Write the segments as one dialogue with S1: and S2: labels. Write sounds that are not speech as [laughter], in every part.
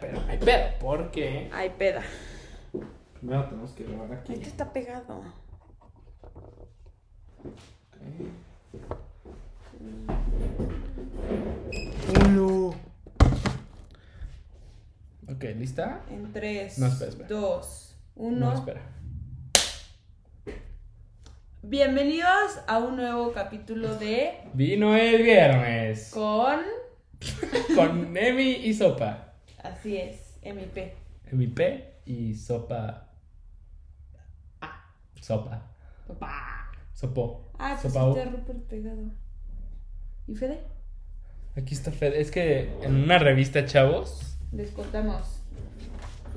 S1: pero hay pedo, porque...
S2: Ay, peda.
S1: Primero tenemos que grabar aquí.
S2: Esto está pegado.
S1: Uno. Ok, ¿lista?
S2: En 3,
S1: No, espera, espera.
S2: 2,
S1: No,
S2: 1.
S1: espera.
S2: Bienvenidos a un nuevo capítulo de
S1: Vino el viernes
S2: Con.
S1: con Emi y Sopa.
S2: Así es, MIP.
S1: Emi P y Sopa. Sopa.
S2: Papá.
S1: Sopo.
S2: Ah, pues
S1: Sopa.
S2: está Rupert pegado. ¿Y Fede?
S1: Aquí está Fede. Es que en una revista, chavos,
S2: Les contamos.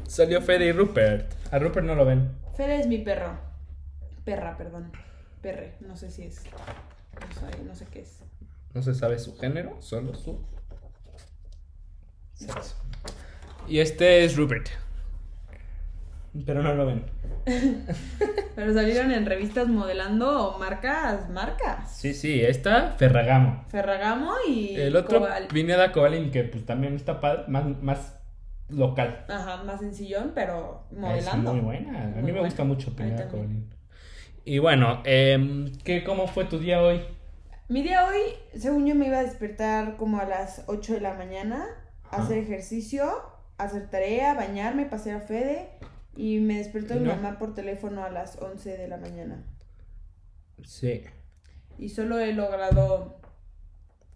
S1: salió Fede y Rupert. A Rupert no lo ven.
S2: Fede es mi perro. Perra, perdón. Perre, no sé si es. No sé, no sé qué es.
S1: No se sabe su género, solo su sexo. Y este es Rupert. Pero no lo ven.
S2: Pero salieron en revistas modelando marcas, marcas.
S1: Sí, sí, esta Ferragamo.
S2: Ferragamo y.
S1: El otro
S2: Cobal.
S1: Pineda Cobalín, que pues también está pa- más, más local.
S2: Ajá, más sencillón, pero
S1: Es
S2: modelando.
S1: muy buena. A mí
S2: Muy
S1: me
S2: buena.
S1: gusta mucho
S2: Ahí
S1: Pineda
S2: también.
S1: Cobalín. Y bueno, em, ¿qué, ¿cómo fue tu día hoy?
S2: Mi día hoy, según yo, me iba a despertar como a las 8 de la mañana,
S1: Ajá.
S2: hacer ejercicio, hacer tarea, bañarme, pasear a Fede. Y me despertó mi
S1: No.
S2: mamá por teléfono a las 11 de la mañana.
S1: Sí.
S2: Y solo he logrado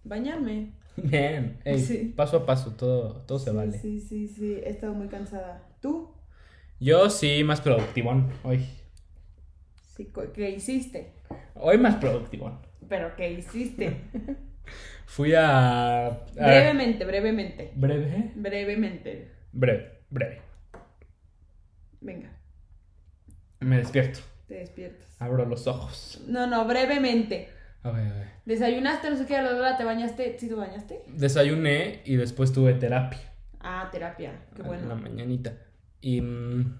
S2: bañarme.
S1: [laughs] Bien. Ey,
S2: Sí.
S1: Paso a paso, todo, todo se
S2: Sí,
S1: vale.
S2: Sí, sí, sí. He estado muy cansada. ¿Tú?
S1: Yo sí, más productivón hoy.
S2: Sí, co- ¿qué hiciste?
S1: Hoy más productivón.
S2: ¿Pero qué hiciste?
S1: Fui a. [laughs] a-
S2: brevemente, brevemente.
S1: breve.
S2: Brevemente.
S1: Breve, breve.
S2: Venga,
S1: Me despierto.
S2: te despiertas.
S1: Abro los ojos.
S2: No, no, brevemente.
S1: A ver, a ver.
S2: Desayunaste, no sé qué, bla, bla, bla, te bañaste. ¿Sí te bañaste?
S1: Desayuné y después tuve terapia.
S2: Ah, terapia. Qué
S1: En la
S2: bueno.
S1: mañanita. Y. mm,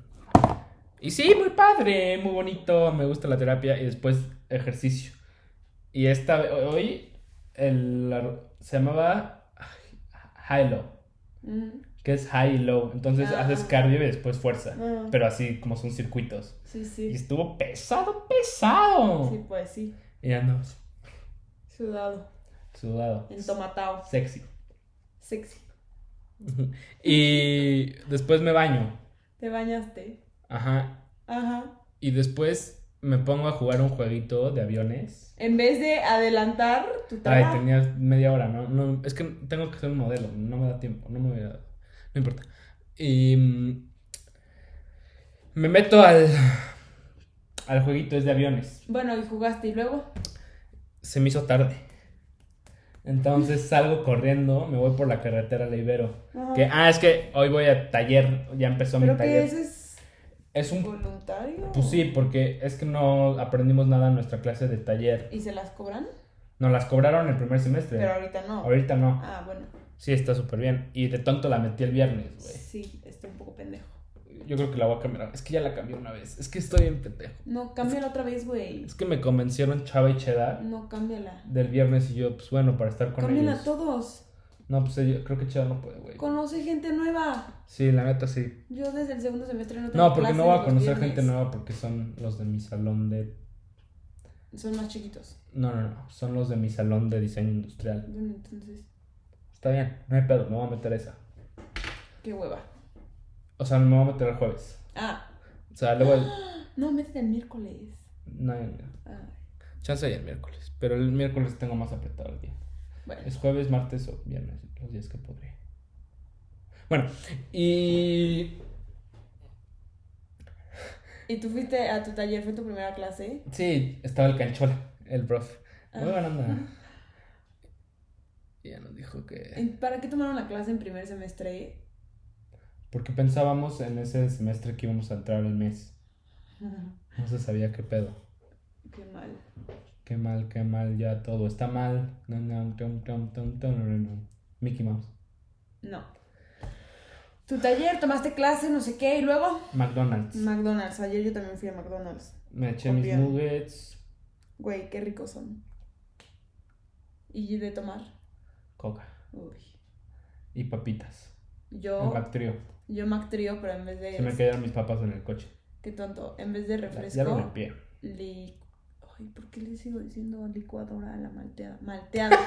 S1: Y sí, muy padre, muy bonito. Me gusta la terapia y después ejercicio. Y esta. Hoy. El, la- se llamaba. High Low.
S2: Mm,
S1: Que es high y low. Entonces
S2: Ah.
S1: haces cardio y después fuerza.
S2: Ah.
S1: Pero así como son circuitos.
S2: sí,
S1: Y
S2: sí.
S1: estuvo pesado, pesado.
S2: Sí, pues sí.
S1: Y ando así,
S2: Sudado.
S1: sudado.
S2: Entomatado.
S1: Sexy.
S2: Sexy.
S1: Y después me baño.
S2: Te bañaste.
S1: Ajá.
S2: Ajá.
S1: Y después me pongo a jugar un jueguito de aviones.
S2: En vez de adelantar tu
S1: Ay,
S2: trabajo.
S1: tenía media hora, ¿no? No, Es que tengo que ser un modelo. No me da tiempo. No me hubiera dado. No importa. Y. mm, Me meto al. Al jueguito, es de aviones.
S2: Bueno, y jugaste y luego.
S1: se me hizo tarde. Entonces salgo corriendo, me voy por la carretera de Ibero.
S2: Ajá.
S1: Que, ah, es que hoy voy a taller, ya empezó mi
S2: Pero que
S1: taller.
S2: eso es
S1: Es un...
S2: voluntario.
S1: Pues sí, porque es que no aprendimos nada en nuestra clase de taller.
S2: ¿Y se las cobran?
S1: Nos las cobraron el primer semestre.
S2: Pero ahorita no.
S1: Ahorita no.
S2: Ah, bueno.
S1: Sí, está súper bien. Y de tonto la metí el viernes, güey.
S2: Sí, está un poco pendejo.
S1: Yo creo que la voy a cambiar. Es que ya la cambié una vez. Es que estoy en pendejo.
S2: No, cámbiala otra vez, güey.
S1: Es que me convencieron Chava y Cheda
S2: No, cámbiala.
S1: del viernes y yo, pues bueno, para estar con
S2: Cámbiala a
S1: ellos.
S2: todos.
S1: No, pues yo creo que Cheda no puede, güey.
S2: Conoce gente nueva.
S1: Sí, la neta sí.
S2: Yo desde el segundo semestre no tengo
S1: No, porque no
S2: clases
S1: voy a
S2: los
S1: conocer
S2: viernes.
S1: gente nueva porque son los de mi salón de...
S2: Son más chiquitos.
S1: No, no, no, son los de mi salón de diseño industrial.
S2: Bueno, entonces,
S1: Está bien, no hay pedo, me voy a meter esa.
S2: qué hueva.
S1: O sea, me voy a meter el jueves.
S2: Ah,
S1: O sea, luego el... [gasps]
S2: no, métete el miércoles.
S1: No, el-
S2: Ah,
S1: chance y el miércoles, pero el miércoles tengo más apretado el día.
S2: bueno,
S1: Es jueves, martes o viernes, los días que podré. Bueno, y...
S2: y tú fuiste a tu taller, fue tu primera clase.
S1: Sí, estaba el canchola, el prof. Muy
S2: Ah.
S1: buena onda. Y ya nos dijo que...
S2: ¿En- ¿Para qué tomaron la clase en primer semestre? [laughs]
S1: Porque pensábamos en ese semestre que íbamos a entrar el mes. No se sabía qué pedo.
S2: qué mal.
S1: Qué mal, qué mal, ya todo está mal. No, no, tum, tum, tum, tum, no, no, no. Mickey Mouse.
S2: No. Tu taller, tomaste clase, no sé qué, y luego
S1: McDonald's.
S2: McDonald's. Ayer yo también fui a McDonald's.
S1: Me eché mis
S2: Obvio.
S1: nuggets,
S2: Güey, qué ricos son. Y de tomar.
S1: coca
S2: Uy.
S1: y papitas. El
S2: Yo,
S1: Mac Trio.
S2: yo Mac Trio, pero en vez de.
S1: Se me cayeron mis papas en el coche.
S2: Qué tonto. En vez de
S1: Ya- Ya lo
S2: refresco,
S1: limpié.
S2: li... Ay, ¿por qué le sigo diciendo licuadora a la malteada? Malteada.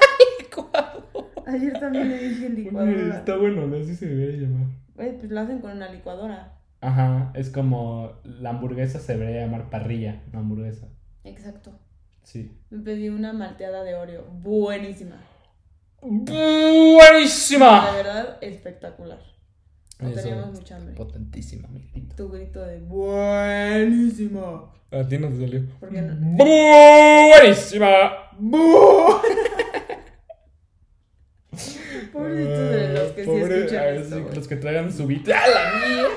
S2: Ayer también le dije licuadora.
S1: Está bueno, así se debería llamar.
S2: Güey, pues lo hacen con una licuadora.
S1: Ajá, es como la hamburguesa se debería llamar parrilla, no hamburguesa.
S2: Exacto.
S1: Sí.
S2: Me pedí una malteada de Oreo. Buenísima. La
S1: Buenísima.
S2: verdad, espectacular. No teníamos mucha hambre.
S1: Potentísima, mi grito.
S2: Tu grito de buenísima.
S1: A ti no te salió.
S2: ¿Por qué no?
S1: Buenísima.
S2: Pobrecitos de los que sí
S1: Pobre-
S2: escuchan
S1: a ver,
S2: esto,
S1: sí,
S2: güey.
S1: Los que traigan su vida. ¡A la mía!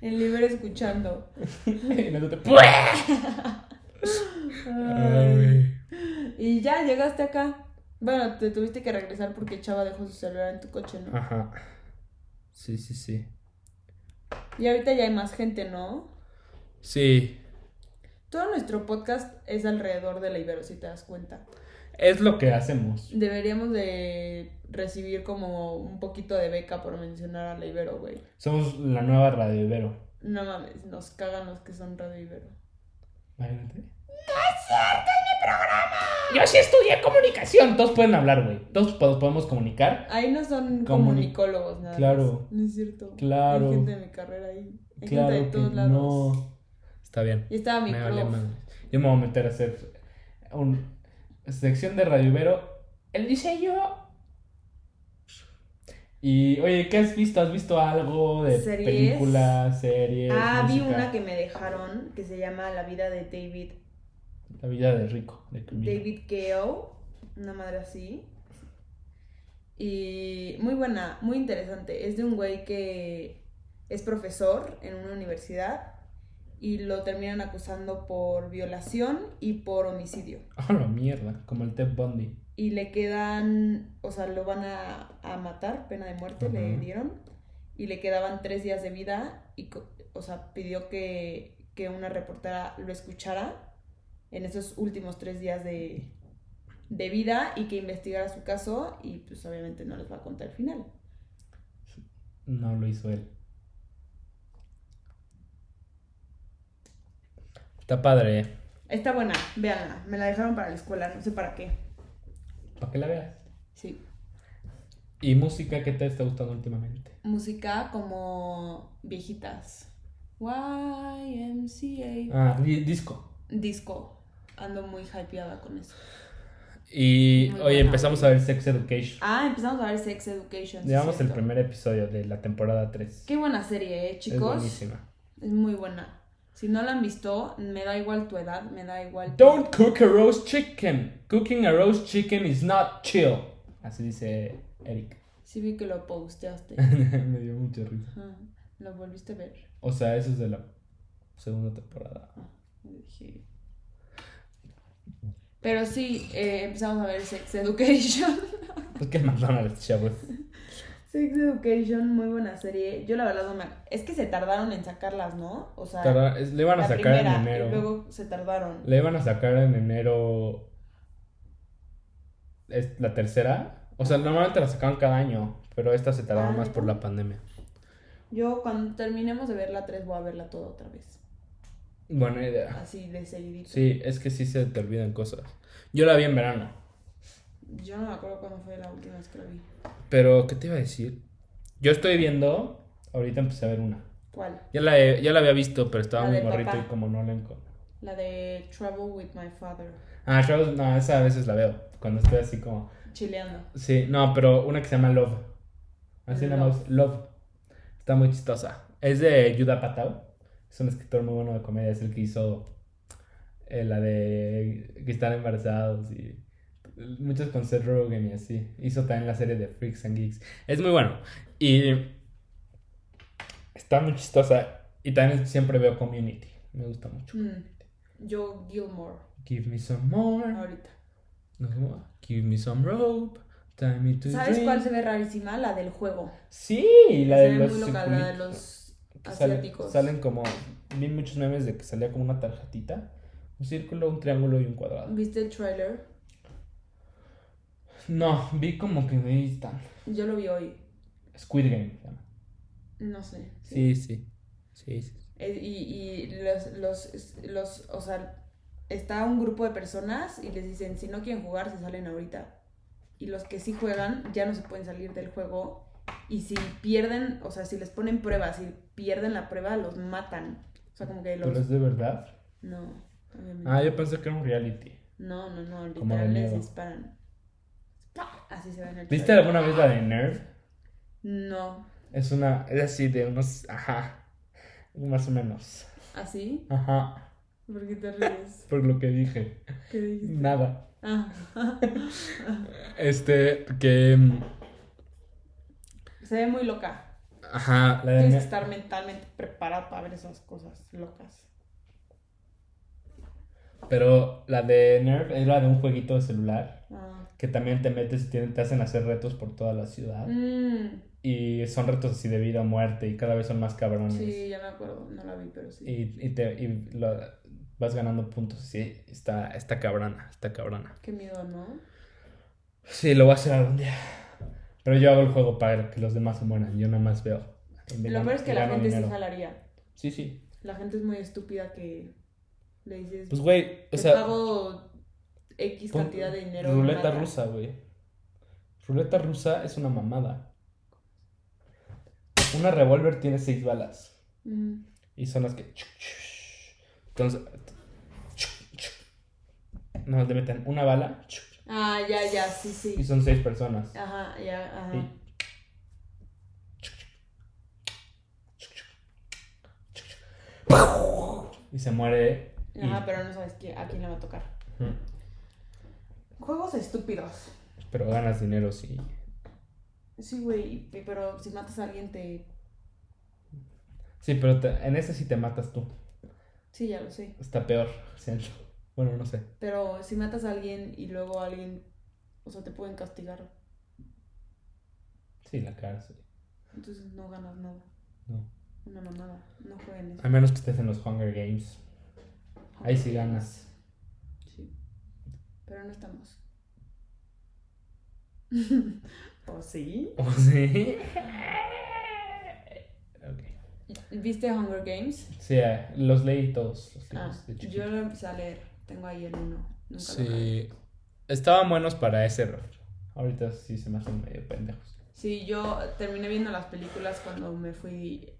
S2: El libre escuchando.
S1: Y nosotros-
S2: Ay.
S1: Ay.
S2: Y ya llegaste acá. Bueno, te tuviste que regresar porque Chava dejó su celular en tu coche, ¿no?
S1: Ajá. Sí, sí, sí.
S2: Y ahorita ya hay más gente, ¿no?
S1: Sí.
S2: Todo nuestro podcast es alrededor de la Ibero, si te das cuenta.
S1: Es lo que hacemos.
S2: Deberíamos de recibir como un poquito de beca por mencionar a la Ibero, güey.
S1: Somos la nueva Radio Ibero.
S2: No mames, nos cagan los que son Radio Ibero.
S1: Imagínate. ¡No es cierto! ¡Es mi programa! Yo sí estudié comunicación. Todos pueden hablar, güey. Todos po- podemos comunicar.
S2: Ahí no son
S1: Comuni-
S2: comunicólogos, nada
S1: Claro.
S2: más. No es cierto.
S1: Claro.
S2: Hay gente de mi carrera ahí. Hay
S1: claro
S2: gente de
S1: que
S2: todos lados.
S1: no. Está bien.
S2: Y estaba mi
S1: Me vale
S2: prof.
S1: madre. Yo me voy a meter a hacer un sección de Radio Ibero. El diseño. Y, oye, ¿qué has visto? ¿Has visto algo de
S2: Series.
S1: películas, series?
S2: Ah, vi
S1: música?
S2: una que me dejaron que se llama La vida de David,
S1: La vida de rico, de Camilo. [laughs]
S2: David Kao, una madre así. Y muy buena, muy interesante. Es de un güey que es profesor en una universidad y lo terminan acusando por violación y por homicidio.
S1: Ah, la mierda, como el Ted Bundy.
S2: y le quedan, o sea, lo van a, a matar, pena de muerte le
S1: Ujú.
S2: dieron, y le quedaban tres días de vida, y, co- o sea, pidió que, que una reportera lo escuchara en esos últimos tres días de, de vida y que investigara su caso, y pues obviamente no les va a contar el final.
S1: No lo hizo él. Está padre, ¿eh?
S2: Está buena, véanla, me la dejaron para la escuela, no sé para qué.
S1: Para que la veas.
S2: Sí.
S1: ¿Y música qué te está gustando últimamente?
S2: Música como viejitas. YMCA.
S1: Ah, di- disco.
S2: disco. Ando muy hypeada con eso.
S1: Y
S2: Muy
S1: oye,
S2: buena.
S1: empezamos a ver Sex Education.
S2: Ah, empezamos a ver Sex Education. sí,
S1: Llevamos el
S2: cierto.
S1: primer episodio de la temporada 3.
S2: Qué buena serie, eh,
S1: Es
S2: chicos. Es,
S1: buenísima.
S2: muy buena. Si no la han visto, me da igual tu edad, me da igual. tu-
S1: Don't cook a roast chicken. Cooking a roast chicken is not chill. Así dice Eric. [laughs]
S2: Sí vi que lo posteaste.
S1: Me dio mucha risa.
S2: Ajá. Lo volviste a ver.
S1: O sea, eso es de la segunda temporada.
S2: Y dije- Pero sí, eh, empezamos a ver Sex Education. [laughs]
S1: Pues que McDonald's, chavos.
S2: Sex Education, muy buena serie. Yo la verdad no me... Es que se tardaron en sacarlas, ¿no? O sea,
S1: Tarda- es- le iban a
S2: la
S1: sacar
S2: primera
S1: en enero.
S2: y luego se tardaron.
S1: Le iban a sacar en enero. es la tercera. O sea, normalmente la sacaban cada año. Pero esta se tardaba
S2: Ah,
S1: más por
S2: ¿neta?
S1: la pandemia.
S2: Yo cuando terminemos de ver la 3 voy a verla toda otra vez.
S1: Buena idea.
S2: Así de seguidito.
S1: Sí, es que sí se te olvidan cosas. Yo la vi en verano.
S2: Yo no me acuerdo cuándo fue la última vez que la vi.
S1: Pero, ¿qué te iba a decir? Yo estoy viendo. Ahorita empecé a ver una.
S2: ¿Cuál?
S1: Ya la, he- ya la había visto, pero estaba
S2: La
S1: muy
S2: del
S1: morrito y
S2: papá.
S1: como no la encontré.
S2: La de Travel with My Father.
S1: Ah, yo, no, esa a veces la veo. Cuando estoy así como.
S2: Chileando.
S1: Sí, no, pero una que se llama Love. Así nada
S2: Love.
S1: más, Love. Está muy chistosa. Es de Judah Patau. Es un escritor muy bueno de comedia. Es el que hizo eh, la de que están embarazados y muchas con Seth Rogen y así. Hizo también la serie de Freaks and Geeks. Es muy bueno. Y está muy chistosa. Y también siempre veo Community. Me gusta mucho.
S2: Mm. Yo Gilmore.
S1: Give me some more.
S2: Ahorita.
S1: No, give me some rope. Time me to
S2: ¿Sabes
S1: drink.
S2: cuál se ve rarísima? La del juego.
S1: Sí, la
S2: se
S1: de
S2: ve
S1: los
S2: muy local, la de
S1: circulitos.
S2: los
S1: Que salen-
S2: asiáticos.
S1: Salen como. Vi muchos memes de que salía como una tarjetita: un círculo, un triángulo y un cuadrado.
S2: ¿Viste el trailer?
S1: No, vi como que ahí están.
S2: Yo lo vi hoy.
S1: Squid Game se llama.
S2: No sé.
S1: Sí, sí. Sí, sí.
S2: Eh, Y, y los, los, los, o sea, está un grupo de personas y les dicen, si no quieren jugar, se salen ahorita. Y los que sí juegan ya no se pueden salir del juego. Y si pierden, o sea, si les ponen pruebas, si pierden la prueba, los matan. O sea, como que
S1: ¿Pero
S2: los...
S1: es de verdad?
S2: No, obviamente.
S1: Ah, yo pensé que era un reality.
S2: No, no, no,
S1: Como de
S2: literal les
S1: miedo.
S2: disparan. Así se ven el
S1: ¿Viste
S2: trailer.
S1: alguna vez la de Nerf?
S2: No,
S1: Es una, es así de unos, ajá, más o menos.
S2: ¿así?
S1: Ajá,
S2: ¿Por qué te ríes?
S1: por lo que dije.
S2: ¿Qué dijiste?
S1: [laughs] Nada.
S2: Ah. [laughs]
S1: Este, que, mm,
S2: se ve muy loca.
S1: ajá, la de
S2: Tienes que
S1: Nerf.
S2: estar mentalmente preparado para ver esas cosas locas.
S1: Pero la de Nerf era de un jueguito de celular
S2: Ah.
S1: que también te metes y te, te hacen hacer retos por toda la ciudad.
S2: Mm,
S1: Y son retos así de vida o muerte y cada vez son más cabrones.
S2: sí, ya me acuerdo, no la vi, pero sí.
S1: Y, y te, y lo- vas ganando puntos. Sí, está, está cabrona, está cabrona.
S2: Qué miedo, ¿no?
S1: Sí, lo voy a hacer algún día. Pero yo hago el juego para que los demás se mueran. Yo nada más veo. Y me
S2: Lo
S1: gano-
S2: peor es que
S1: y
S2: la
S1: gano
S2: gente sí
S1: dinero.
S2: jalaría.
S1: Sí, sí.
S2: La gente es muy estúpida que le dices,
S1: Pues, güey, o
S2: te
S1: sea.
S2: pago X
S1: pon-
S2: cantidad de dinero. y
S1: Ruleta
S2: mata".
S1: rusa, güey. Ruleta rusa es una mamada. Una revólver tiene seis balas.
S2: Mm,
S1: Y son las que. Entonces. No, te meten una bala.
S2: Ah, ya, ya, sí,
S1: Y
S2: sí.
S1: son seis personas.
S2: Ajá, ya, ajá.
S1: Sí. Y se muere. y-
S2: Ajá, pero no sabes qué- a quién le va a tocar.
S1: Ujú.
S2: Juegos estúpidos.
S1: Pero ganas dinero, sí.
S2: Sí, güey, y- pero si matas a alguien te...
S1: Sí, pero te- en ese sí te matas tú.
S2: Sí, ya lo sé.
S1: Está peor, siento. Bueno, no sé.
S2: Pero si matas a alguien y luego alguien, o sea, te pueden castigar,
S1: Sí, la cárcel.
S2: entonces no ganas nada.
S1: No.
S2: Una mamada. No jueguen eso.
S1: A menos que estés en los Hunger Games. [laughs] Ahí sí ganas.
S2: Sí. Pero no estamos. [laughs] ¿O sí?
S1: ¿O Oh, sí? Ok.
S2: ¿Viste Hunger Games?
S1: Sí, eh, los leí todos. Los
S2: Ah,
S1: libros de chiquito.
S2: yo lo empecé a leer. Tengo ahí el uno. Nunca lo acabé.
S1: Sí. Estaban buenos para ese error. Ahorita sí se me hacen medio pendejos.
S2: Sí, yo terminé viendo las películas cuando me fui,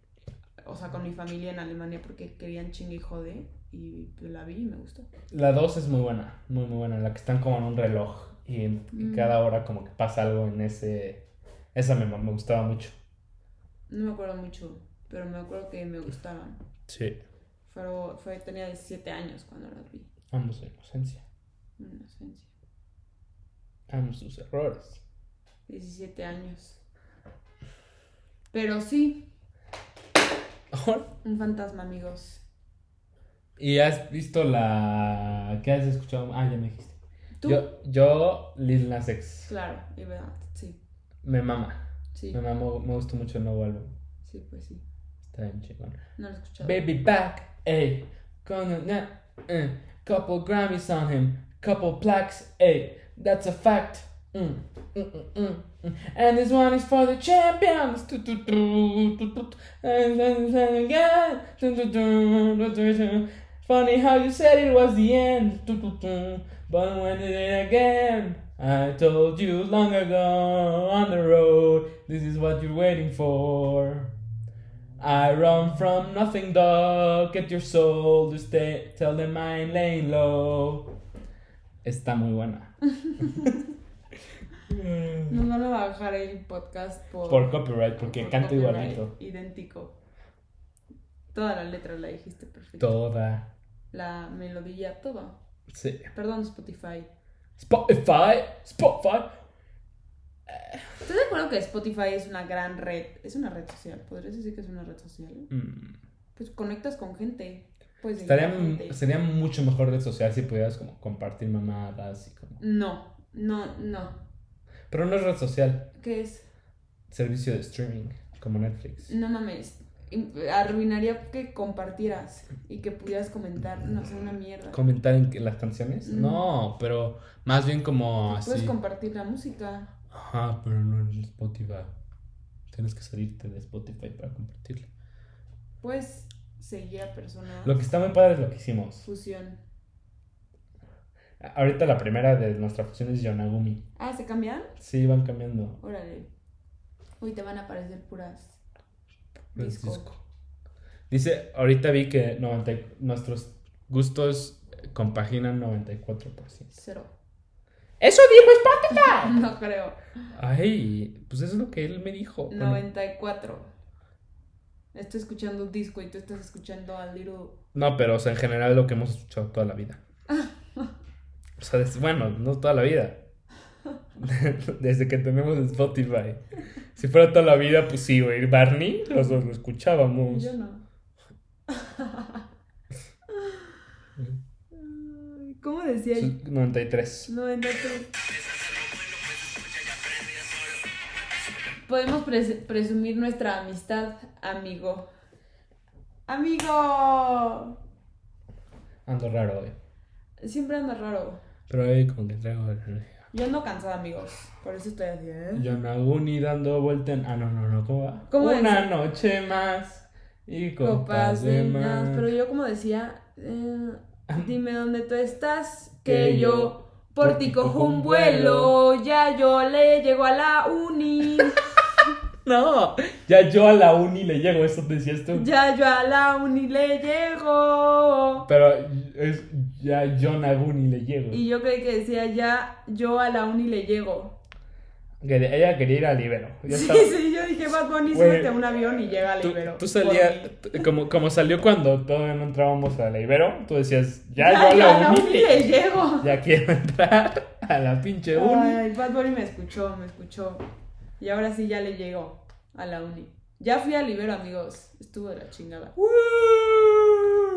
S2: o sea, con mi familia en Alemania porque querían chingue y jode. Y yo la vi y me gustó.
S1: La 2 es muy buena, muy muy buena. La que están como en un reloj y, en- y
S2: Mm.
S1: cada hora como que pasa algo en ese... Esa me, me gustaba mucho.
S2: No me acuerdo mucho, pero me acuerdo que me gustaban.
S1: Sí.
S2: Pero fue, tenía 17 años cuando las vi.
S1: Amos su inocencia,
S2: Una inocencia.
S1: amos sus errores. [laughs]
S2: 17 años. Pero sí, un fantasma, amigos.
S1: ¿Y has visto la... ¿Qué has escuchado? Ah, ya me dijiste.
S2: Tú,
S1: Yo, yo Lil Nas X.
S2: claro, y verdad, sí.
S1: Me mama.
S2: Sí,
S1: Me mamó, me gustó mucho el nuevo álbum.
S2: sí, pues sí.
S1: Está bien chingón.
S2: No lo he escuchado.
S1: Baby back, ayy. Gonna na, eh. Couple Grammys on him, couple plaques, ayy. That's a fact. Mm, mm, mm, mm, mm. And this one is for the champions. Tu, tu, tu, tu, tu, tu. And then, then again. Tu, tu, tu, tu, tu, tu. Funny how you said it was the end. Tu, tu, tu. But when it did again, I told you long ago on the road, this is what you're waiting for. I run from nothing, dog. Get your soul to stay. Tell them I'm laying low. Está muy
S2: [laughs]
S1: buena.
S2: Nos van a bajar el podcast por...
S1: Por copyright, porque
S2: por
S1: canto
S2: copyright,
S1: igualito.
S2: Idéntico. Toda la letra la dijiste perfecta.
S1: Toda.
S2: La melodía, todo.
S1: Sí.
S2: Perdón, Spotify.
S1: Spotify. Spotify.
S2: ¿Estás de acuerdo que Spotify es una gran red? Es una red social. ¿Podrías decir que es una red social?
S1: Mm.
S2: Pues conectas con gente. Pues
S1: Estaría,
S2: gente.
S1: sería mucho mejor red social si pudieras como compartir mamadas y como.
S2: No, no, no.
S1: Pero no es red social.
S2: ¿Qué es?
S1: Servicio de streaming, como Netflix.
S2: No mames. Arruinaría que compartieras y que pudieras comentar. No sé, una mierda.
S1: Comentar en que- las canciones.
S2: Mm.
S1: No, pero más bien como así.
S2: Puedes compartir la música.
S1: Ajá, pero no en Spotify. Tienes que salirte de Spotify para compartirla.
S2: Pues seguir a personas.
S1: Lo que está muy padre es lo que hicimos.
S2: Fusión.
S1: A- Ahorita la primera de nuestra fusión es Yonagumi.
S2: Ah, ¿se cambian?
S1: Sí, van cambiando.
S2: Órale. Uy, te van a aparecer puras.
S1: el
S2: Disco.
S1: disco. Dice, ahorita vi que 90 y- nuestros gustos compaginan 94%.
S2: Cero. [laughs]
S1: ¡Eso dijo Spotify!
S2: No creo.
S1: Ay, pues eso es lo que él me dijo. Bueno,
S2: 94. Estoy escuchando un disco y tú estás escuchando a Little.
S1: No, pero o sea, en general lo que hemos escuchado toda la
S2: [laughs]
S1: vida. O sea, des- bueno, no toda la vida. [laughs] Desde que tenemos Spotify. Si fuera toda la vida, pues sí, güey. Barney, los dos lo escuchábamos.
S2: Yo no. Ay, ¿Cómo decía yo?
S1: 93.
S2: 93. Podemos pres- presumir nuestra amistad, amigo. ¡Amigo!
S1: Ando raro, güey.
S2: Siempre anda raro.
S1: Pero ahí como que traigo...
S2: Yo ando cansada, amigos. Por eso estoy así, ¿eh?
S1: Yonaguni dando vuelta en... Ah, no, no, no, ¿cómo va?
S2: ¿Cómo
S1: Una noche más y copas,
S2: Copas
S1: de
S2: de más.
S1: más.
S2: Pero yo, como decía, eh,
S1: [laughs]
S2: dime dónde tú estás, que,
S1: Que
S2: yo
S1: yo
S2: por
S1: por
S2: ti
S1: ti
S2: cojo
S1: cojo
S2: un
S1: un
S2: vuelo. Ya yo le llego a la
S1: [laughs]
S2: uni.
S1: No, ya yo a la uni le llego, eso decías tú.
S2: ya yo a la uni le llego.
S1: Pero es ya Yonaguni le llego.
S2: Y yo creí que decía, ya yo a la uni le llego.
S1: Que de- ella quería ir al Ibero. Ya
S2: Sí,
S1: estaba-
S2: sí, yo dije, Bad Bunny,
S1: Güey,
S2: súbete a un avión y llega al
S1: Tú,
S2: Ibero.
S1: tú
S2: Por
S1: salías,
S2: mí.
S1: t- como, como salió cuando todavía no entrábamos a la Ibero, tú decías, ya,
S2: Ya,
S1: yo a la uni,
S2: le llego.
S1: ya quiero [laughs] entrar a la pinche uni.
S2: Ay, Bad Bunny me escuchó, me escuchó. Y ahora sí ya le llegó a la uni. Ya fui al Ibero, amigos. Estuvo de la chingada.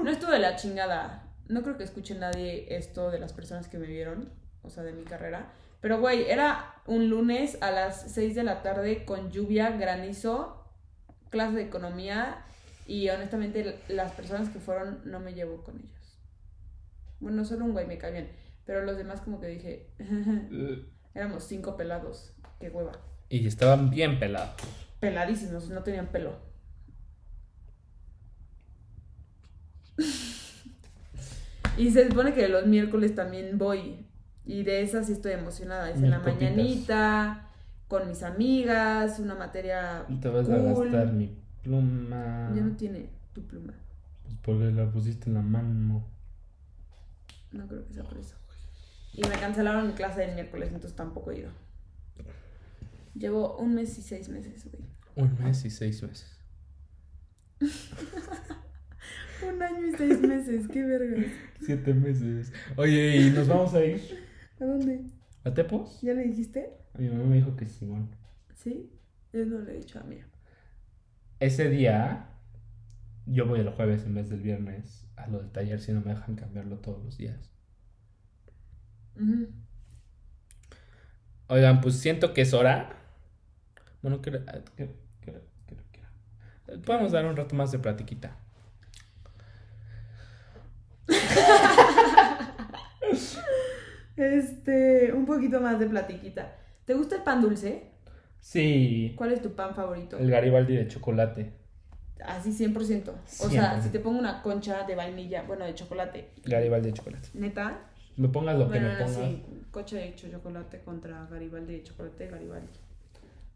S2: No estuvo de la chingada. No creo que escuche nadie esto de las personas que me vieron, o sea, de mi carrera. Pero, güey, era un lunes a las 6 de la tarde con lluvia, granizo, clase de economía y honestamente l- las personas que fueron no me llevo con ellos. Bueno, solo un güey me cae bien, pero los demás como que dije, [laughs] éramos cinco pelados, qué hueva.
S1: Y estaban bien pelados.
S2: Peladísimos, no tenían pelo. [laughs] Y se supone que los miércoles también voy. Y de esa sí estoy emocionada. Es en la
S1: Mil copitas.
S2: mañanita, con mis amigas, una materia.
S1: Te vas a
S2: cool.
S1: gastar mi pluma.
S2: Ya no tiene tu pluma.
S1: Pues porque la pusiste en la mano.
S2: No creo que sea por eso. Y me cancelaron mi clase del miércoles, entonces tampoco he ido. Llevo un mes y seis meses, güey.
S1: Un mes y seis meses.
S2: Un año y seis meses, qué verga.
S1: Siete meses. Oye, ¿y nos vamos a ir?
S2: ¿A dónde?
S1: ¿A Tepos?
S2: ¿Ya le dijiste?
S1: Mi mamá me dijo que Simón.
S2: Sí, yo no le he dicho a mí.
S1: Ese día, yo voy el jueves en vez del viernes a lo del taller si no me dejan cambiarlo todos los días. Oigan, pues siento que es hora. Bueno, que, que, que- que- que- podemos dar un rato más de platiquita.
S2: Este, un poquito más de platiquita. ¿Te gusta el pan dulce?
S1: Sí,
S2: ¿Cuál es tu pan favorito?
S1: el Garibaldi de chocolate.
S2: Así 100%. O sea,
S1: 100%.
S2: si te pongo una concha de vainilla, bueno, de chocolate.
S1: Garibaldi de chocolate.
S2: ¿Neta?
S1: Me pongas lo que
S2: bueno,
S1: me
S2: no,
S1: pongas.
S2: Ah, sí. Concha de chocolate contra Garibaldi de chocolate, Garibaldi.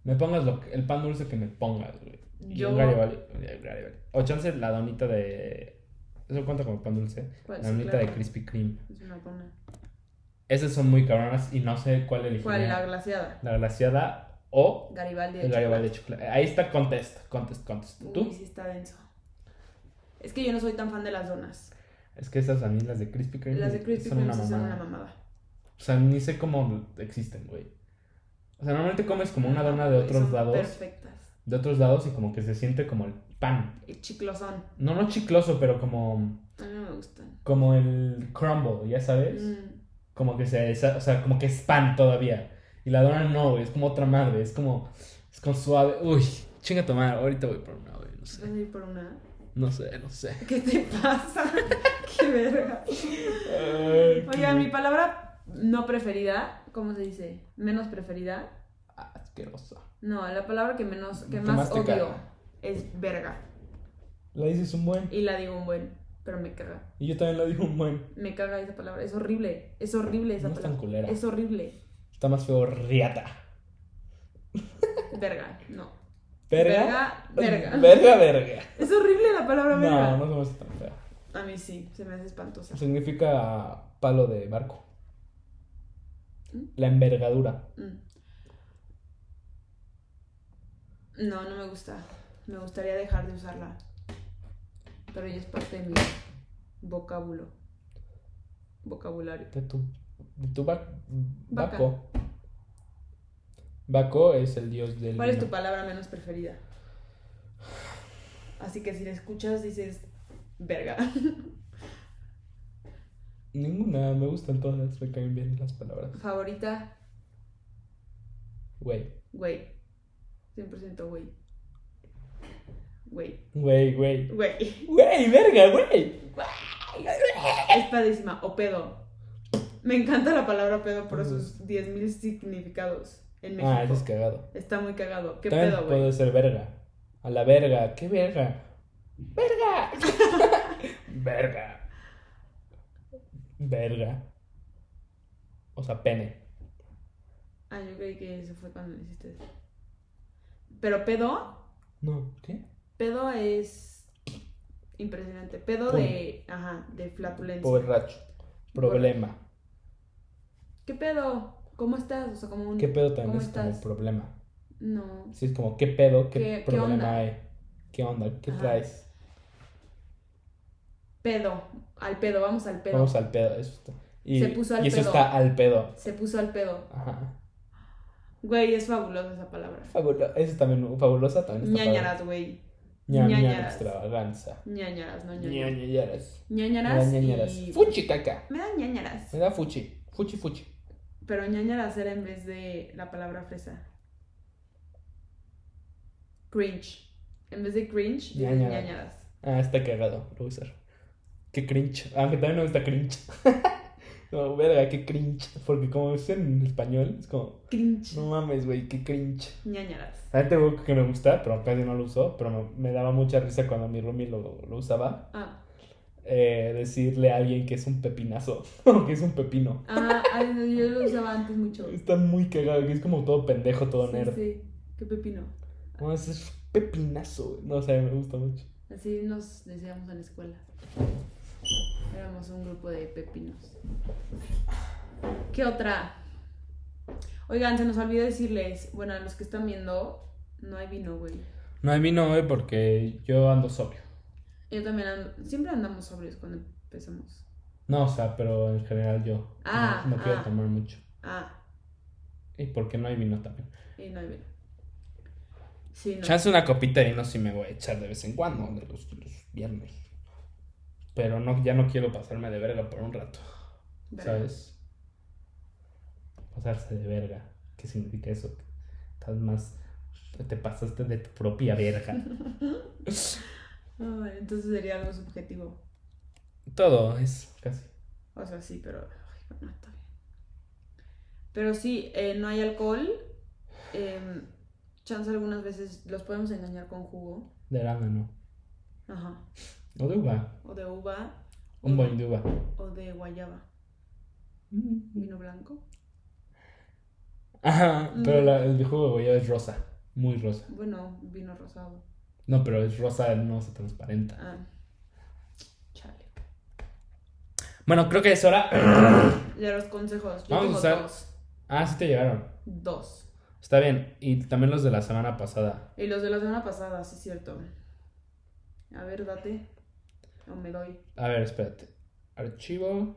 S1: Me pongas lo que- el pan dulce que me pongas, güey. Y
S2: Yo-
S1: un Garibaldi, un Garibaldi. O chance la donita de. Eso cuenta como pan dulce.
S2: ¿Cuál?
S1: La
S2: Sí,
S1: donita
S2: Pues claro.
S1: de Krispy Kreme.
S2: Es una buena.
S1: Esas son muy cabronas y no sé cuál elegir.
S2: ¿Cuál? La glaseada.
S1: La glaciada o
S2: Garibaldi de
S1: el Garibaldi de chocolate. Ahí está contest, contest, contest.
S2: chocolate. Uy,
S1: ¿Tú?
S2: sí está denso. Es que yo no soy tan fan de las donas.
S1: Es que esas a mí, las de Krispy Kreme,
S2: Las de Krispy
S1: son una
S2: Kreme sí
S1: mamada.
S2: son una mamada.
S1: O sea, ni sé cómo existen, güey. O sea, normalmente comes como una dona de otros
S2: Son
S1: lados,
S2: Perfectas.
S1: de otros lados y como que se siente como el pan.
S2: Y chiclosón.
S1: No, no chicloso, pero como,
S2: A mí no me gustan.
S1: como el crumble, ya sabes.
S2: Mm,
S1: Como que se, esa- o sea, como que es pan todavía. Y la dona no, güey, es como otra madre, es como, es con suave. Uy, chinga tu madre, ahorita voy por una, güey, no
S2: ¿Vas
S1: sé,
S2: a ir por una?
S1: no sé, no sé.
S2: ¿Qué te pasa? [laughs] ¡Qué verga!
S1: Ay,
S2: Oigan,
S1: qué
S2: mi palabra no preferida, ¿cómo se dice? Menos preferida.
S1: asqueroso.
S2: No, la palabra que menos, que
S1: Que
S2: más
S1: más te
S2: odio
S1: caga.
S2: es verga.
S1: La dices un buen.
S2: Y la digo un buen, pero me caga.
S1: Y yo también la digo un buen.
S2: Me caga esa palabra. Es horrible. Es horrible esa
S1: No es tan
S2: palabra.
S1: culera.
S2: Es horrible.
S1: Está más feo, riata.
S2: Verga, no.
S1: ¿Verga?
S2: Verga.
S1: [laughs]
S2: verga.
S1: Verga, verga.
S2: Es horrible la palabra verga.
S1: No, no se me hace tan fea.
S2: A mí sí, se me hace espantosa.
S1: Significa palo de barco.
S2: ¿Mm?
S1: La envergadura.
S2: Mm. No, no me gusta. Me gustaría dejar de usarla. Pero ya es parte de mi vocábulo. Vocabulario.
S1: De tu, de tu ba-
S2: Vaca.
S1: Baco. Baco es el dios del.
S2: ¿Cuál es tu
S1: vino.
S2: palabra menos preferida? Así que si la escuchas dices, verga. [laughs]
S1: Ninguna, me gustan todas, me caen bien las palabras.
S2: Favorita,
S1: Güey.
S2: güey. 100% güey. Güey.
S1: Güey, güey.
S2: Güey.
S1: Güey, verga, güey.
S2: Es padrísima. O pedo. Me encanta la palabra pedo por sus 10.000 significados en México.
S1: Ah, eso es cagado.
S2: Está muy cagado. ¿Qué
S1: También
S2: pedo, güey?
S1: puede ser verga. A la verga, qué verga.
S2: [laughs]
S1: Verga. verga. Verga. O sea, pene.
S2: Ah, yo creí que eso fue cuando lo hiciste. Pero pedo,
S1: No, ¿qué?
S2: pedo es impresionante. Pedo
S1: Pum.
S2: de, ajá, de flatulencia.
S1: Borracho. Problema.
S2: ¿Qué pedo? ¿Cómo estás? O sea, como un
S1: ¿Qué pedo también
S2: ¿Cómo
S1: es como
S2: estás?
S1: problema?
S2: No.
S1: Sí, es como, ¿qué pedo? ¿Qué,
S2: ¿Qué- qué
S1: problema
S2: onda?
S1: hay? ¿Qué onda? ¿Qué
S2: Ajá.
S1: traes?
S2: Pedo, al pedo, vamos al pedo.
S1: Vamos al pedo. Eso está. Y,
S2: Se puso al
S1: y eso
S2: pedo.
S1: está al pedo.
S2: Se puso al pedo.
S1: Ajá.
S2: Güey, es fabulosa esa palabra.
S1: Fabulo- Eso también, fabulosa también está padre.
S2: Ñañaras, güey.
S1: Ña, ña,
S2: Ñañaras.
S1: extravaganza.
S2: Ñañaras, no ñañaras.
S1: Ñañaras.
S2: Ñañaras.
S1: Ñañaras.
S2: y-
S1: Fuchi caca.
S2: Me da ñañaras.
S1: Me da fuchi. Fuchi, fuchi.
S2: Pero ñañaras era en vez de la palabra fresa. Cringe. En vez de cringe, dices
S1: Ñañaras.
S2: ñañaras.
S1: Ah, está cagado. Lo voy a usar. Qué cringe. Aunque también no está cringe. [laughs] no, verga, qué cringe. Porque como es en español, es como,
S2: Cringe.
S1: no mames, güey, qué cringe.
S2: ñañaras.
S1: También tengo que me gusta, pero casi no lo uso, pero me, me daba mucha risa cuando mi roomie lo, lo usaba.
S2: Ah,
S1: eh, decirle a alguien que es un pepinazo [laughs] o que es un pepino.
S2: ah, [laughs] ah, yo lo usaba antes mucho.
S1: Está muy cagado, que es como todo pendejo, todo
S2: Sí,
S1: nerd.
S2: sí. Qué pepino.
S1: No, ese es pepinazo, güey. No o sea, me gusta mucho.
S2: Así nos decíamos en la escuela. Éramos un grupo de pepinos. ¿Qué otra? Oigan, se nos olvidó decirles, bueno, a los que están viendo, no hay vino, güey.
S1: No, a mí no, güey, porque yo ando sobrio.
S2: Yo también ando, siempre andamos sobrios cuando empezamos.
S1: No, o sea, pero en general yo
S2: Ah,
S1: no, no quiero
S2: ah.
S1: tomar mucho.
S2: Ah,
S1: Y porque no hay vino también.
S2: y no hay vino. Sí, no.
S1: Chance una copita de vino sí me voy a echar de vez en cuando, de los, los viernes. Pero no, ya no quiero pasarme de verga por un rato,
S2: Verga.
S1: ¿sabes? Pasarse de verga. ¿Qué significa eso? Estás más. Te pasaste de tu propia verga.
S2: Ah, entonces sería algo subjetivo.
S1: [laughs] Todo es casi.
S2: O sea, sí, pero. ay, bueno, está bien. Pero sí, eh, no hay alcohol. eh, chance algunas veces los podemos engañar con jugo.
S1: De arándano.
S2: Ajá.
S1: O de uva.
S2: O de uva.
S1: Un
S2: o-
S1: boing de uva.
S2: O de guayaba.
S1: Mm.
S2: Vino blanco.
S1: Ajá, pero la- el jugo de guayaba es rosa. Muy rosa.
S2: Bueno, vino rosado.
S1: No, pero es rosa, no se transparenta.
S2: Ah. Chale.
S1: Bueno, creo que es hora. [coughs]
S2: De los consejos. Yo
S1: Vamos a
S2: tengo
S1: usar-
S2: dos.
S1: Ah, sí te llegaron.
S2: Dos.
S1: Está bien. Y también los de la semana pasada.
S2: Y los de la semana pasada, sí, cierto. A ver, date. O me doy.
S1: A ver, espérate. Archivo.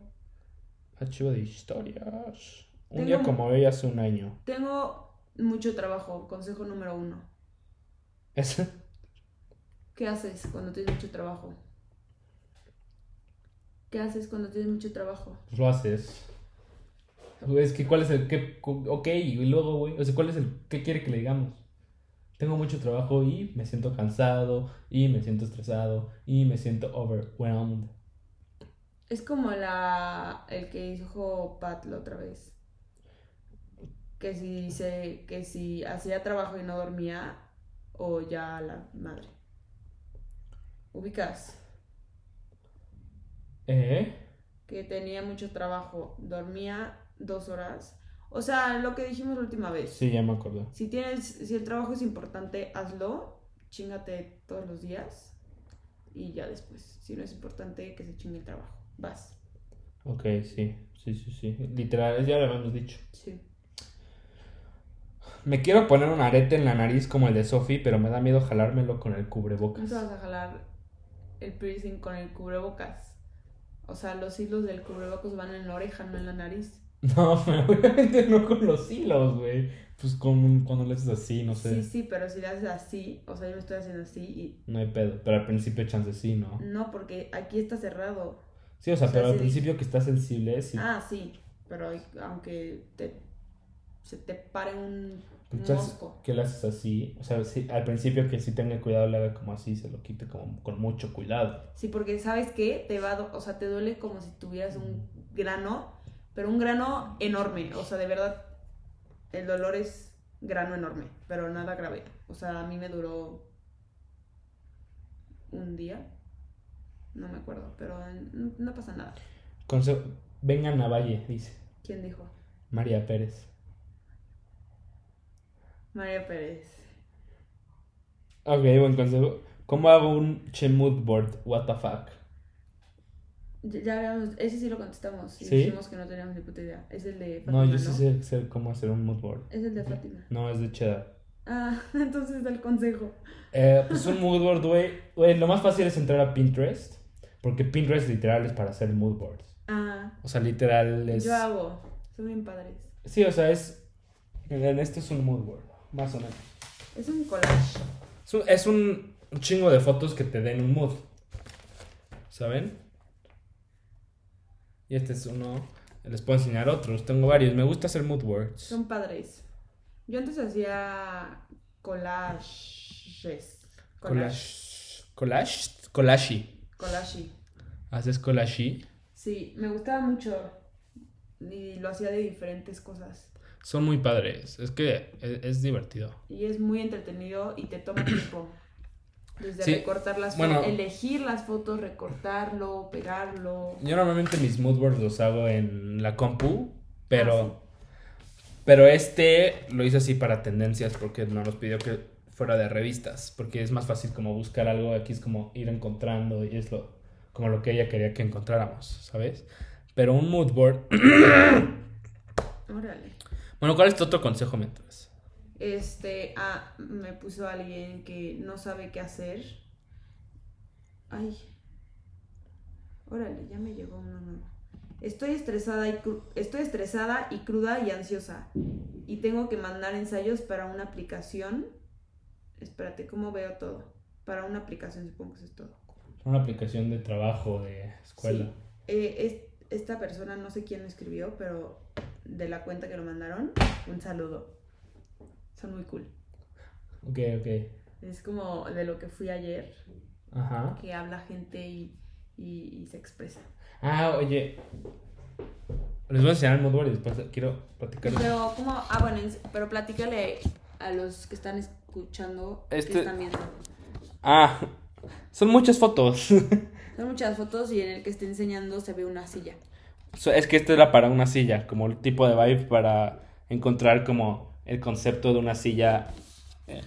S1: Archivo de historias. Un día
S2: Tengo-
S1: como hoy hace un año.
S2: Tengo mucho trabajo. Consejo número uno.
S1: Es- [laughs]
S2: ¿Qué haces cuando tienes mucho trabajo? ¿Qué haces cuando tienes mucho trabajo?
S1: pues lo haces. Es que cuál es el qué. cu- Ok, y luego, güey. O sea, cuál es el qué quiere que le digamos. Tengo mucho trabajo y me siento cansado. Y me siento estresado. Y me siento overwhelmed.
S2: Es como la el que dijo Pat la otra vez. que si se, que si hacía trabajo y no dormía, o ya a la madre. Ubicas
S1: ¿Eh?
S2: que tenía mucho trabajo, dormía dos horas. O sea, lo que dijimos la última vez.
S1: Sí, ya me acuerdo.
S2: Si tienes, si el trabajo es importante, hazlo, chingate todos los días y ya después. Si no es importante, que se chingue el trabajo. Vas.
S1: Ok, sí, sí, sí, sí. Literal, ya lo habíamos dicho.
S2: Sí.
S1: Me quiero poner un arete en la nariz como el de Sophie, pero me da miedo jalármelo con el
S2: No
S1: cubrebocas.
S2: te vas a jalar el piercing con el cubrebocas. O sea, los hilos del cubrebocas van en la oreja, no en la nariz.
S1: [laughs] No, pero obviamente no con los hilos, güey. Pues con, cuando le haces así, no sé.
S2: Sí, sí, pero si le haces así, o sea, yo lo estoy haciendo así y
S1: No hay pedo. Pero al principio chance sí, ¿no?
S2: no, porque aquí está cerrado.
S1: Sí, o sea,
S2: O sea,
S1: pero al
S2: Mm. sí.
S1: principio que está sensible, sí.
S2: Ah, sí, pero aunque te, se te pare un
S1: Pues chance
S2: mosco.
S1: que le haces así. O sea, sí, al principio que sí tenga cuidado, le haga como así, se lo quite como con mucho cuidado.
S2: Sí, porque sabes que te va, a do- o sea, te duele como si tuvieras un grano, pero un grano enorme, o sea, de verdad el dolor es grano enorme, pero nada grave. O sea, a mí me duró un día. No me acuerdo, pero no, no pasa nada.
S1: Conse- Vengan a Valle, dice
S2: ¿Quién dijo?
S1: María Pérez.
S2: María Pérez.
S1: Ok, buen consejo. ¿Cómo hago un Chemud board? What the fuck.
S2: Ya, ya habíamos, ese sí lo contestamos y
S1: ¿Sí?
S2: dijimos que no teníamos ni puta idea. Es el de Fátima,
S1: No, yo sí sé hacer- cómo hacer un mood board.
S2: Es el de Fátima.
S1: No, es de cheddar.
S2: Ah, [laughs] entonces del consejo.
S1: Eh, pues un mood board, güey. Güey, lo más fácil es entrar a Pinterest. Porque Pinterest literal es para hacer mood boards.
S2: Ah,
S1: O sea, literal es.
S2: yo hago. Son bien padres.
S1: Sí, o sea, es. En esto es un mood board, más o menos.
S2: Es un collage.
S1: Es un, es un chingo de fotos que te den un mood. ¿Saben? Y este es uno. Les puedo enseñar otros. Tengo varios. Me gusta hacer mood boards.
S2: Son padres. Yo antes hacía collages. Collage.
S1: Collage. Collage. Collashi.
S2: Collage.
S1: ¿Haces collashi?
S2: Sí, me gustaba mucho. Y lo hacía de diferentes cosas.
S1: Son muy padres. Es que es, es divertido.
S2: Y es muy entretenido y te toma tiempo. Desde
S1: Sí,
S2: recortar las
S1: bueno.
S2: fotos, elegir las fotos, recortarlo, pegarlo.
S1: Yo normalmente mis mood boards los hago en la compu, pero.
S2: Ah,
S1: Pero este lo hice así para tendencias porque no nos pidió que fuera de revistas. Porque es más fácil como buscar algo. Aquí es como ir encontrando y es lo, como lo que ella quería que encontráramos, ¿sabes? Pero un mood board.
S2: Órale.
S1: [clears throat] Bueno, ¿cuál es tu otro consejo mientras?
S2: Este, ah, me puso alguien que no sabe qué hacer. Ay. Órale, ya me llegó uno nuevo. Estoy estresada y cru- estoy estresada y cruda y ansiosa. Y tengo que mandar ensayos para una aplicación. Espérate, ¿cómo veo todo? Para una aplicación, supongo que eso es todo.
S1: Una aplicación de trabajo, de escuela.
S2: Eh, es- esta persona, no sé quién lo escribió, pero de la cuenta que lo mandaron, un saludo. Son muy cool.
S1: Ok, ok.
S2: Es como de lo que fui ayer,
S1: Ajá.
S2: que habla gente y, y- y se expresa.
S1: Ah, oye. Les voy a enseñar el mood board y después quiero platicar.
S2: Pero como, ah bueno, ens- pero platícale a los que están escuchando,
S1: Este-
S2: que están viendo.
S1: Ah, son muchas fotos. [laughs]
S2: Son muchas fotos y en el que está enseñando se ve una silla.
S1: So- Es que este era para una silla, como el tipo de vibe para encontrar como el concepto de una silla. eh,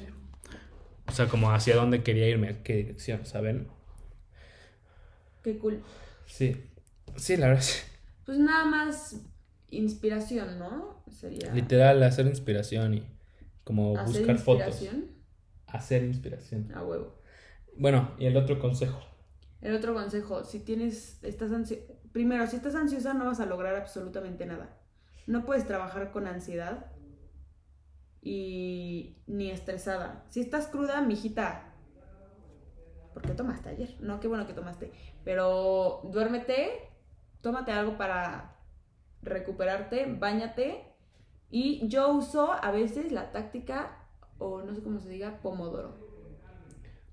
S1: o sea, como hacia dónde quería irme, qué dirección, ¿saben?
S2: Qué cool.
S1: Sí. Sí, la verdad. sí.
S2: Pues nada más inspiración, ¿no? Sería
S1: Literal, hacer inspiración y como
S2: hacer
S1: buscar fotos.
S2: inspiración
S1: Hacer inspiración.
S2: a huevo.
S1: Bueno, y el otro consejo.
S2: El otro consejo, si tienes, estás ansio- primero, si estás ansiosa no vas a lograr absolutamente nada. No puedes trabajar con ansiedad y ni estresada. Si estás cruda, mijita, ¿por qué tomaste ayer? No, qué bueno que tomaste, pero duérmete, tómate algo para recuperarte, bañate y yo uso a veces la táctica o no sé cómo se diga, pomodoro.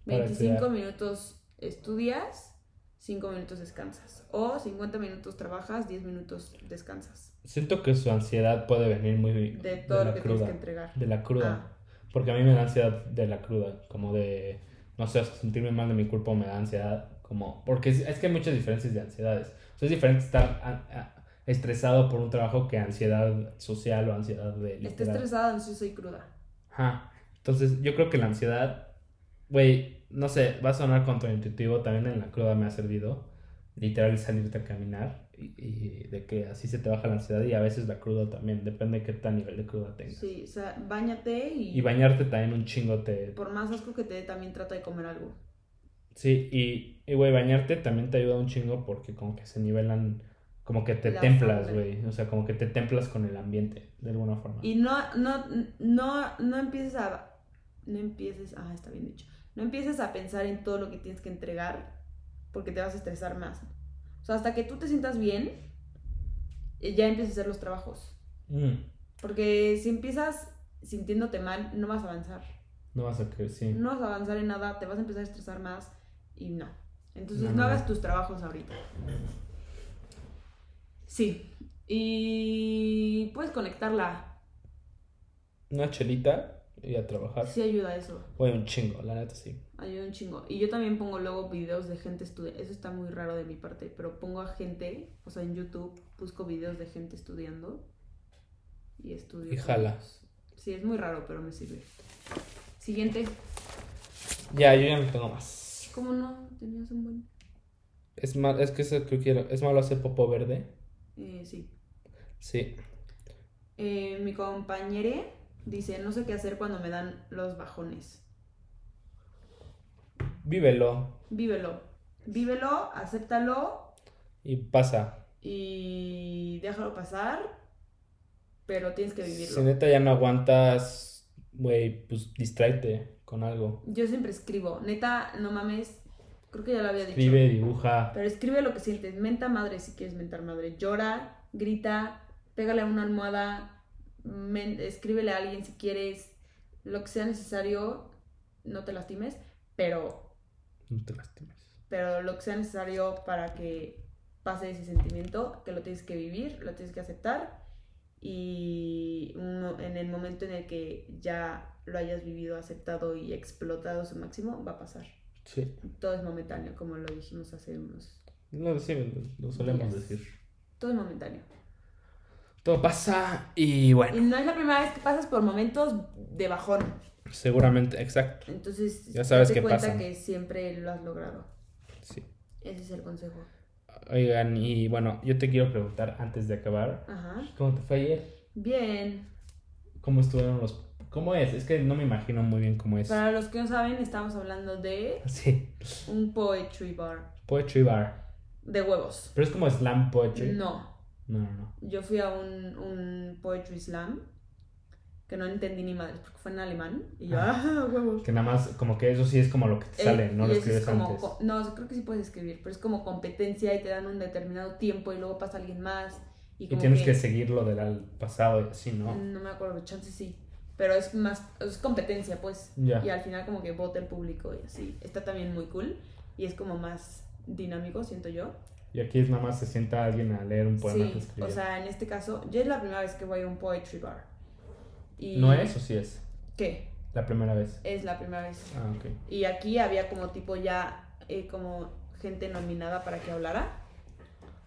S1: Para
S2: 25
S1: estudiar.
S2: minutos estudias, 5 minutos descansas. O 50 minutos trabajas, 10 minutos descansas.
S1: Siento que su ansiedad puede venir muy
S2: De todo
S1: la
S2: lo que
S1: cruda.
S2: tienes que entregar.
S1: De la cruda.
S2: Ah.
S1: Porque a mí me da ansiedad de la cruda. Como de, no sé, sentirme mal de mi cuerpo me da ansiedad. Como, porque es, es que hay muchas diferencias de ansiedades. O sea, es diferente estar an- a- estresado por un trabajo que ansiedad social o ansiedad de
S2: Está
S1: literal.
S2: estresada, ansiosa y cruda.
S1: Ajá. Entonces, yo creo que la ansiedad, güey, no sé, va a sonar contraintuitivo. También en la cruda me ha servido. Literal, salirte a caminar y, y de que así se te baja la ansiedad. Y a veces la cruda también, depende de qué tan nivel de cruda tengas.
S2: Sí, o sea, bañate y,
S1: Y bañarte también un chingo te.
S2: por más asco que te dé, también trata de comer algo.
S1: Ah. Sí, y, y, güey, bañarte también te ayuda un chingo porque como que se nivelan. Como que te
S2: La
S1: templas,
S2: sangre.
S1: güey. O sea, como que te templas con el ambiente, de alguna forma.
S2: Y no, no, no, no empieces a. No empieces. Ah, está bien dicho. No empieces a pensar en todo lo que tienes que entregar porque te vas a estresar más. O sea, hasta que tú te sientas bien, eh, ya empiezas a hacer los trabajos.
S1: Mm,
S2: Porque si empiezas sintiéndote mal, no vas a avanzar.
S1: no vas a creer, sí.
S2: No vas a avanzar en nada, te vas a empezar a estresar más y no. Entonces
S1: No,
S2: no,
S1: no, no.
S2: hagas tus trabajos ahorita. Sí. Y puedes conectarla.
S1: Una chelita y a trabajar.
S2: Sí ayuda eso.
S1: Güey, un chingo, la neta sí.
S2: Ayuda un chingo. Y yo también pongo luego videos de gente estudiando. Eso está muy raro de mi parte, pero pongo a gente, o sea, en YouTube busco videos de gente estudiando y estudio.
S1: Y
S2: con
S1: jala.
S2: ellos. Sí, es muy raro, pero me sirve. Siguiente.
S1: Ya, yo ya no tengo más.
S2: ¿Cómo no? Tenías un buen.
S1: Es mal, es que eso es lo que quiero. Es malo hacer popo verde.
S2: Eh, sí.
S1: Sí.
S2: Eh, mi compañere dice: No sé qué hacer cuando me dan los bajones.
S1: Vívelo
S2: Vívelo. Vívelo, acéptalo
S1: y pasa.
S2: y déjalo pasar, pero tienes que vivirlo.
S1: Si neta ya no aguantas, güey, pues distráete con algo.
S2: Yo siempre escribo. Neta, no mames. Creo que ya lo había dicho.
S1: Escribe, dibuja.
S2: Pero escribe lo que sientes. Menta madre si quieres mentar madre. Llora, grita, pégale a una almohada, men- escríbele a alguien si quieres. Lo que sea necesario, no te lastimes, pero,
S1: No te lastimes.
S2: pero lo que sea necesario para que pase ese sentimiento, que lo tienes que vivir, lo tienes que aceptar. Y uno- en el momento en el que ya lo hayas vivido, aceptado y explotado a su máximo, va a pasar
S1: Sí.
S2: todo es momentáneo, como lo dijimos hace unos.
S1: Lo, sí, lo, lo solemos
S2: Yes.
S1: decir.
S2: Todo es momentáneo.
S1: Todo pasa y
S2: Y
S1: bueno.
S2: no es la primera vez que pasas por momentos de bajón.
S1: Seguramente, exacto.
S2: Entonces,
S1: Ya sabes
S2: date
S1: que
S2: cuenta
S1: pasan.
S2: que siempre lo has logrado.
S1: Sí.
S2: Ese es el consejo.
S1: Oigan, y bueno, yo te quiero preguntar antes de acabar.
S2: Ajá.
S1: ¿Cómo te fue ayer?
S2: Bien.
S1: ¿Cómo estuvieron los... ¿Cómo es? Es que no me imagino muy bien cómo es.
S2: Para los que no saben, estamos hablando de
S1: Sí.
S2: un poetry bar
S1: Poetry Bar.
S2: de huevos.
S1: Pero es como slam poetry.
S2: No.
S1: No, no, no.
S2: Yo fui a un, un poetry slam que no entendí ni madres porque fue en alemán. Y yo,
S1: Ah.
S2: ah, huevos.
S1: Que nada más, como que eso sí es como lo que te
S2: Eh,
S1: sale, no
S2: y
S1: lo
S2: eso es
S1: escribes
S2: como
S1: antes.
S2: co- No, creo que sí puedes escribir, pero es como competencia y te dan un determinado tiempo y luego pasa alguien más. Y,
S1: Y
S2: como Mm.
S1: tienes que seguir lo del al- pasado y así, ¿no?
S2: No me acuerdo, chance sí. Pero es más, es competencia, pues.
S1: Ya.
S2: Y al final como que vota el público y así. Está también muy cool y es como más dinámico, siento yo.
S1: Y aquí es nada más se sienta alguien a leer un poema que
S2: sí,
S1: escribió.
S2: o sea, en este caso, yo es la primera vez que voy a un poetry bar. Y
S1: ¿No es o sí es?
S2: ¿Qué?
S1: La primera vez.
S2: Es la primera vez.
S1: Ah, ok.
S2: Y aquí había como tipo ya, eh, como gente nominada para que hablara.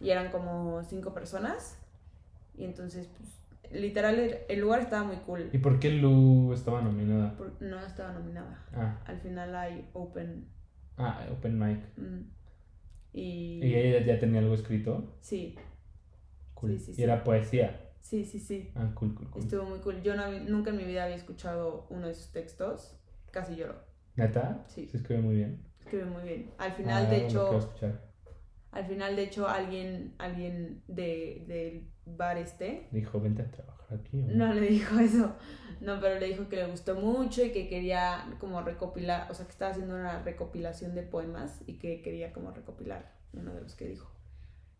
S2: Y eran como cinco personas. Y entonces, pues, literal, el, el lugar estaba muy cool.
S1: ¿Y por qué Lu estaba nominada?
S2: Por- no estaba nominada.
S1: Ah,
S2: Al final hay Open.
S1: ah Open Mic.
S2: mm, y,
S1: ¿Y ella ya tenía algo escrito?
S2: Sí,
S1: Cool.
S2: Sí, sí,
S1: y
S2: sí.
S1: era poesía.
S2: sí, sí, sí.
S1: Ah, cool, cool, cool.
S2: Estuvo muy cool. Yo no había- nunca en mi vida había escuchado uno de sus textos. Casi lloro.
S1: ¿Neta?
S2: Sí.
S1: Se escribe muy bien.
S2: Escribe muy bien. Al
S1: Ah,
S2: final, de
S1: lo quiero
S2: hecho,
S1: escuchar.
S2: al final, de hecho, alguien, alguien de, del bar este
S1: Dijo, vente a trabajar aquí. ¿o
S2: No le dijo eso. No, pero le dijo que le gustó mucho y que quería como recopilar, o sea, que estaba haciendo una recopilación de poemas y que quería como recopilar uno de los que dijo.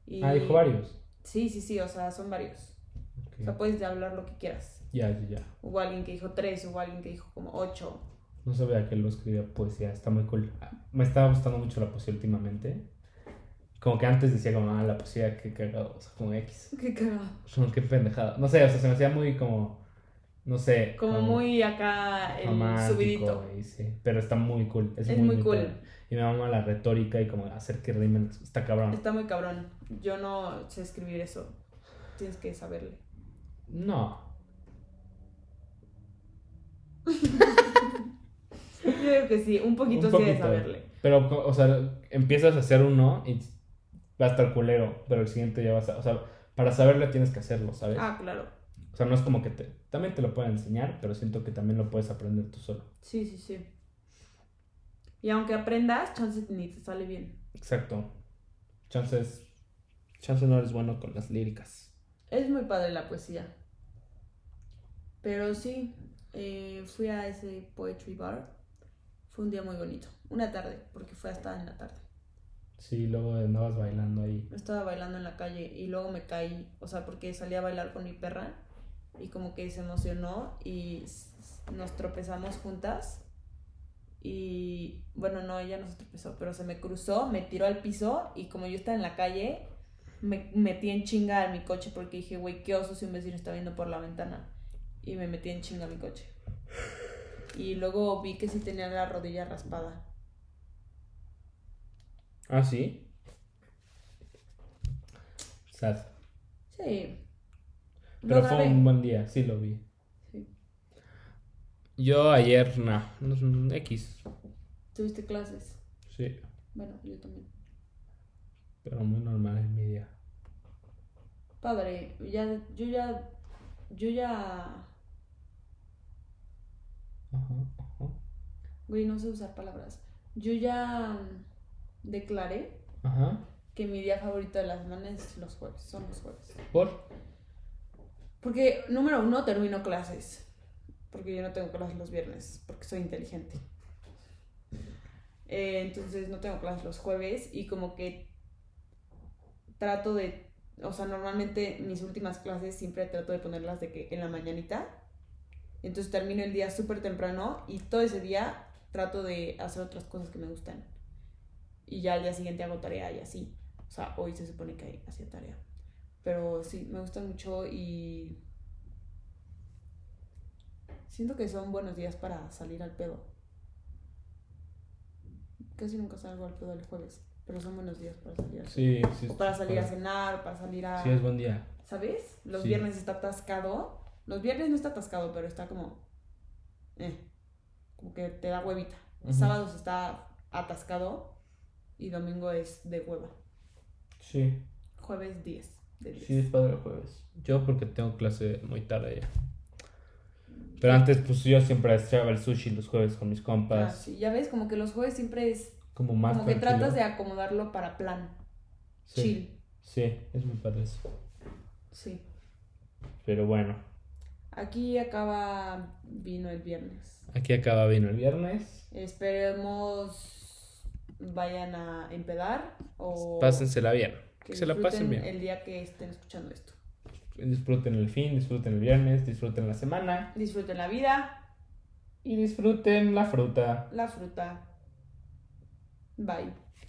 S2: Y-
S1: Ah, dijo varios.
S2: Sí, sí, sí, o sea, son varios.
S1: Ok.
S2: O sea, puedes hablar lo que quieras.
S1: Ya, ya, ya.
S2: Hubo alguien que dijo tres, hubo alguien que dijo como ocho. [laughs]
S1: Ah, No sabía que lo escribía poesía, está muy cool. Me estaba gustando mucho la poesía últimamente. Como que antes decía como, ah, la poesía, qué cagado, o sea, como X. [laughs]
S2: Qué cagado.
S1: Como qué pendejada. No sé, o sea, se me hacía muy como, no sé.
S2: Como muy acá el
S1: romántico,
S2: subidito.
S1: güey, sí. Pero está muy cool. Es,
S2: Es
S1: muy,
S2: muy cool.
S1: padre. Y me mama la retórica y como hacer que rimen. Está cabrón.
S2: Está muy cabrón. Yo no sé escribir eso. Tienes que saberle.
S1: No.
S2: Yo creo que sí, un poquito
S1: un
S2: sí de saberle.
S1: Pero, co- o sea, empiezas a hacer uno y va a estar culero. Pero el siguiente ya vas a. O sea, para saberle tienes que hacerlo, ¿sabes?
S2: Ah, claro.
S1: O sea, no es como que te. También te lo pueden enseñar, pero siento que también lo puedes aprender tú solo.
S2: Sí, sí, sí. Y aunque aprendas, chance ni te sale bien.
S1: Exacto. Chances. Chances no eres bueno con las líricas.
S2: Es muy padre la poesía. Pero sí, eh, fui a ese poetry bar. Fue un día muy bonito. Una tarde, porque fue hasta en la tarde.
S1: Sí, luego andabas bailando ahí.
S2: Estaba bailando en la calle y luego me caí, o sea, porque salí a bailar con mi perra y como que se emocionó y s- s- nos tropezamos juntas. Y bueno, no, ella no se tropezó, pero se me cruzó, me tiró al piso y como yo estaba en la calle, me metí en chinga a mi coche porque dije, güey, qué oso si un vecino está viendo por la ventana. Y me metí en chinga a mi coche. Y luego vi que sí tenía la rodilla raspada.
S1: Ah, sí. Sad.
S2: Sí. No
S1: Pero fue
S2: grabé.
S1: un buen día, sí lo vi.
S2: Sí.
S1: Yo ayer, no. no es un X.
S2: Tuviste clases.
S1: Sí,
S2: Bueno, yo también.
S1: pero muy normal en mi día.
S2: Padre, ya, yo ya, yo ya,
S1: Ajá, ajá.
S2: güey, no sé usar palabras. Yo ya mm, declaré
S1: Ajá.
S2: que mi día favorito de la semana es los jueves, son los jueves.
S1: ¿Por?
S2: Porque, número uno, termino clases. Porque yo no tengo clases los viernes, porque soy inteligente. Eh, entonces no tengo clases los jueves y como que trato de, o sea, normalmente mis últimas clases siempre trato de ponerlas de que en la mañanita. Entonces termino el día súper temprano y todo ese día trato de hacer otras cosas que me gustan. Y ya al día siguiente hago tarea y así. O sea, hoy se supone que hacía tarea. Pero sí, me gustan mucho y siento que son buenos días para salir al pedo. Casi nunca salgo al pedo el jueves, pero son buenos días para salir al pedo.
S1: Sí, sí.
S2: O para salir a
S1: para-
S2: cenar, para salir a...
S1: Sí, es buen día.
S2: ¿Sabes? Los
S1: Sí.
S2: viernes está atascado. Los viernes no está atascado, pero está como... Eh, como que te da huevita.
S1: Ujú.
S2: Sábados está atascado y domingo es de hueva.
S1: Sí,
S2: Jueves 10 de 10.
S1: sí, es padre el jueves. Yo porque tengo clase muy tarde ya. Pero antes, pues yo siempre echaba el sushi los jueves con mis
S2: Ah,
S1: compas.
S2: sí, ya ves, como que los jueves siempre es
S1: Como más
S2: como que
S1: tranquilo.
S2: tratas de acomodarlo para plan.
S1: Sí,
S2: Chill.
S1: Sí, es muy padre eso.
S2: Sí.
S1: Pero bueno,
S2: Aquí acaba vino el viernes.
S1: aquí acaba vino el viernes.
S2: Esperemos vayan a empedar o
S1: Pásensela bien. Que se la pasen
S2: disfruten
S1: bien.
S2: el día que estén escuchando esto.
S1: Disfruten el fin, disfruten el viernes, disfruten la semana
S2: Disfruten la vida,
S1: y disfruten la fruta.
S2: la fruta. Bye.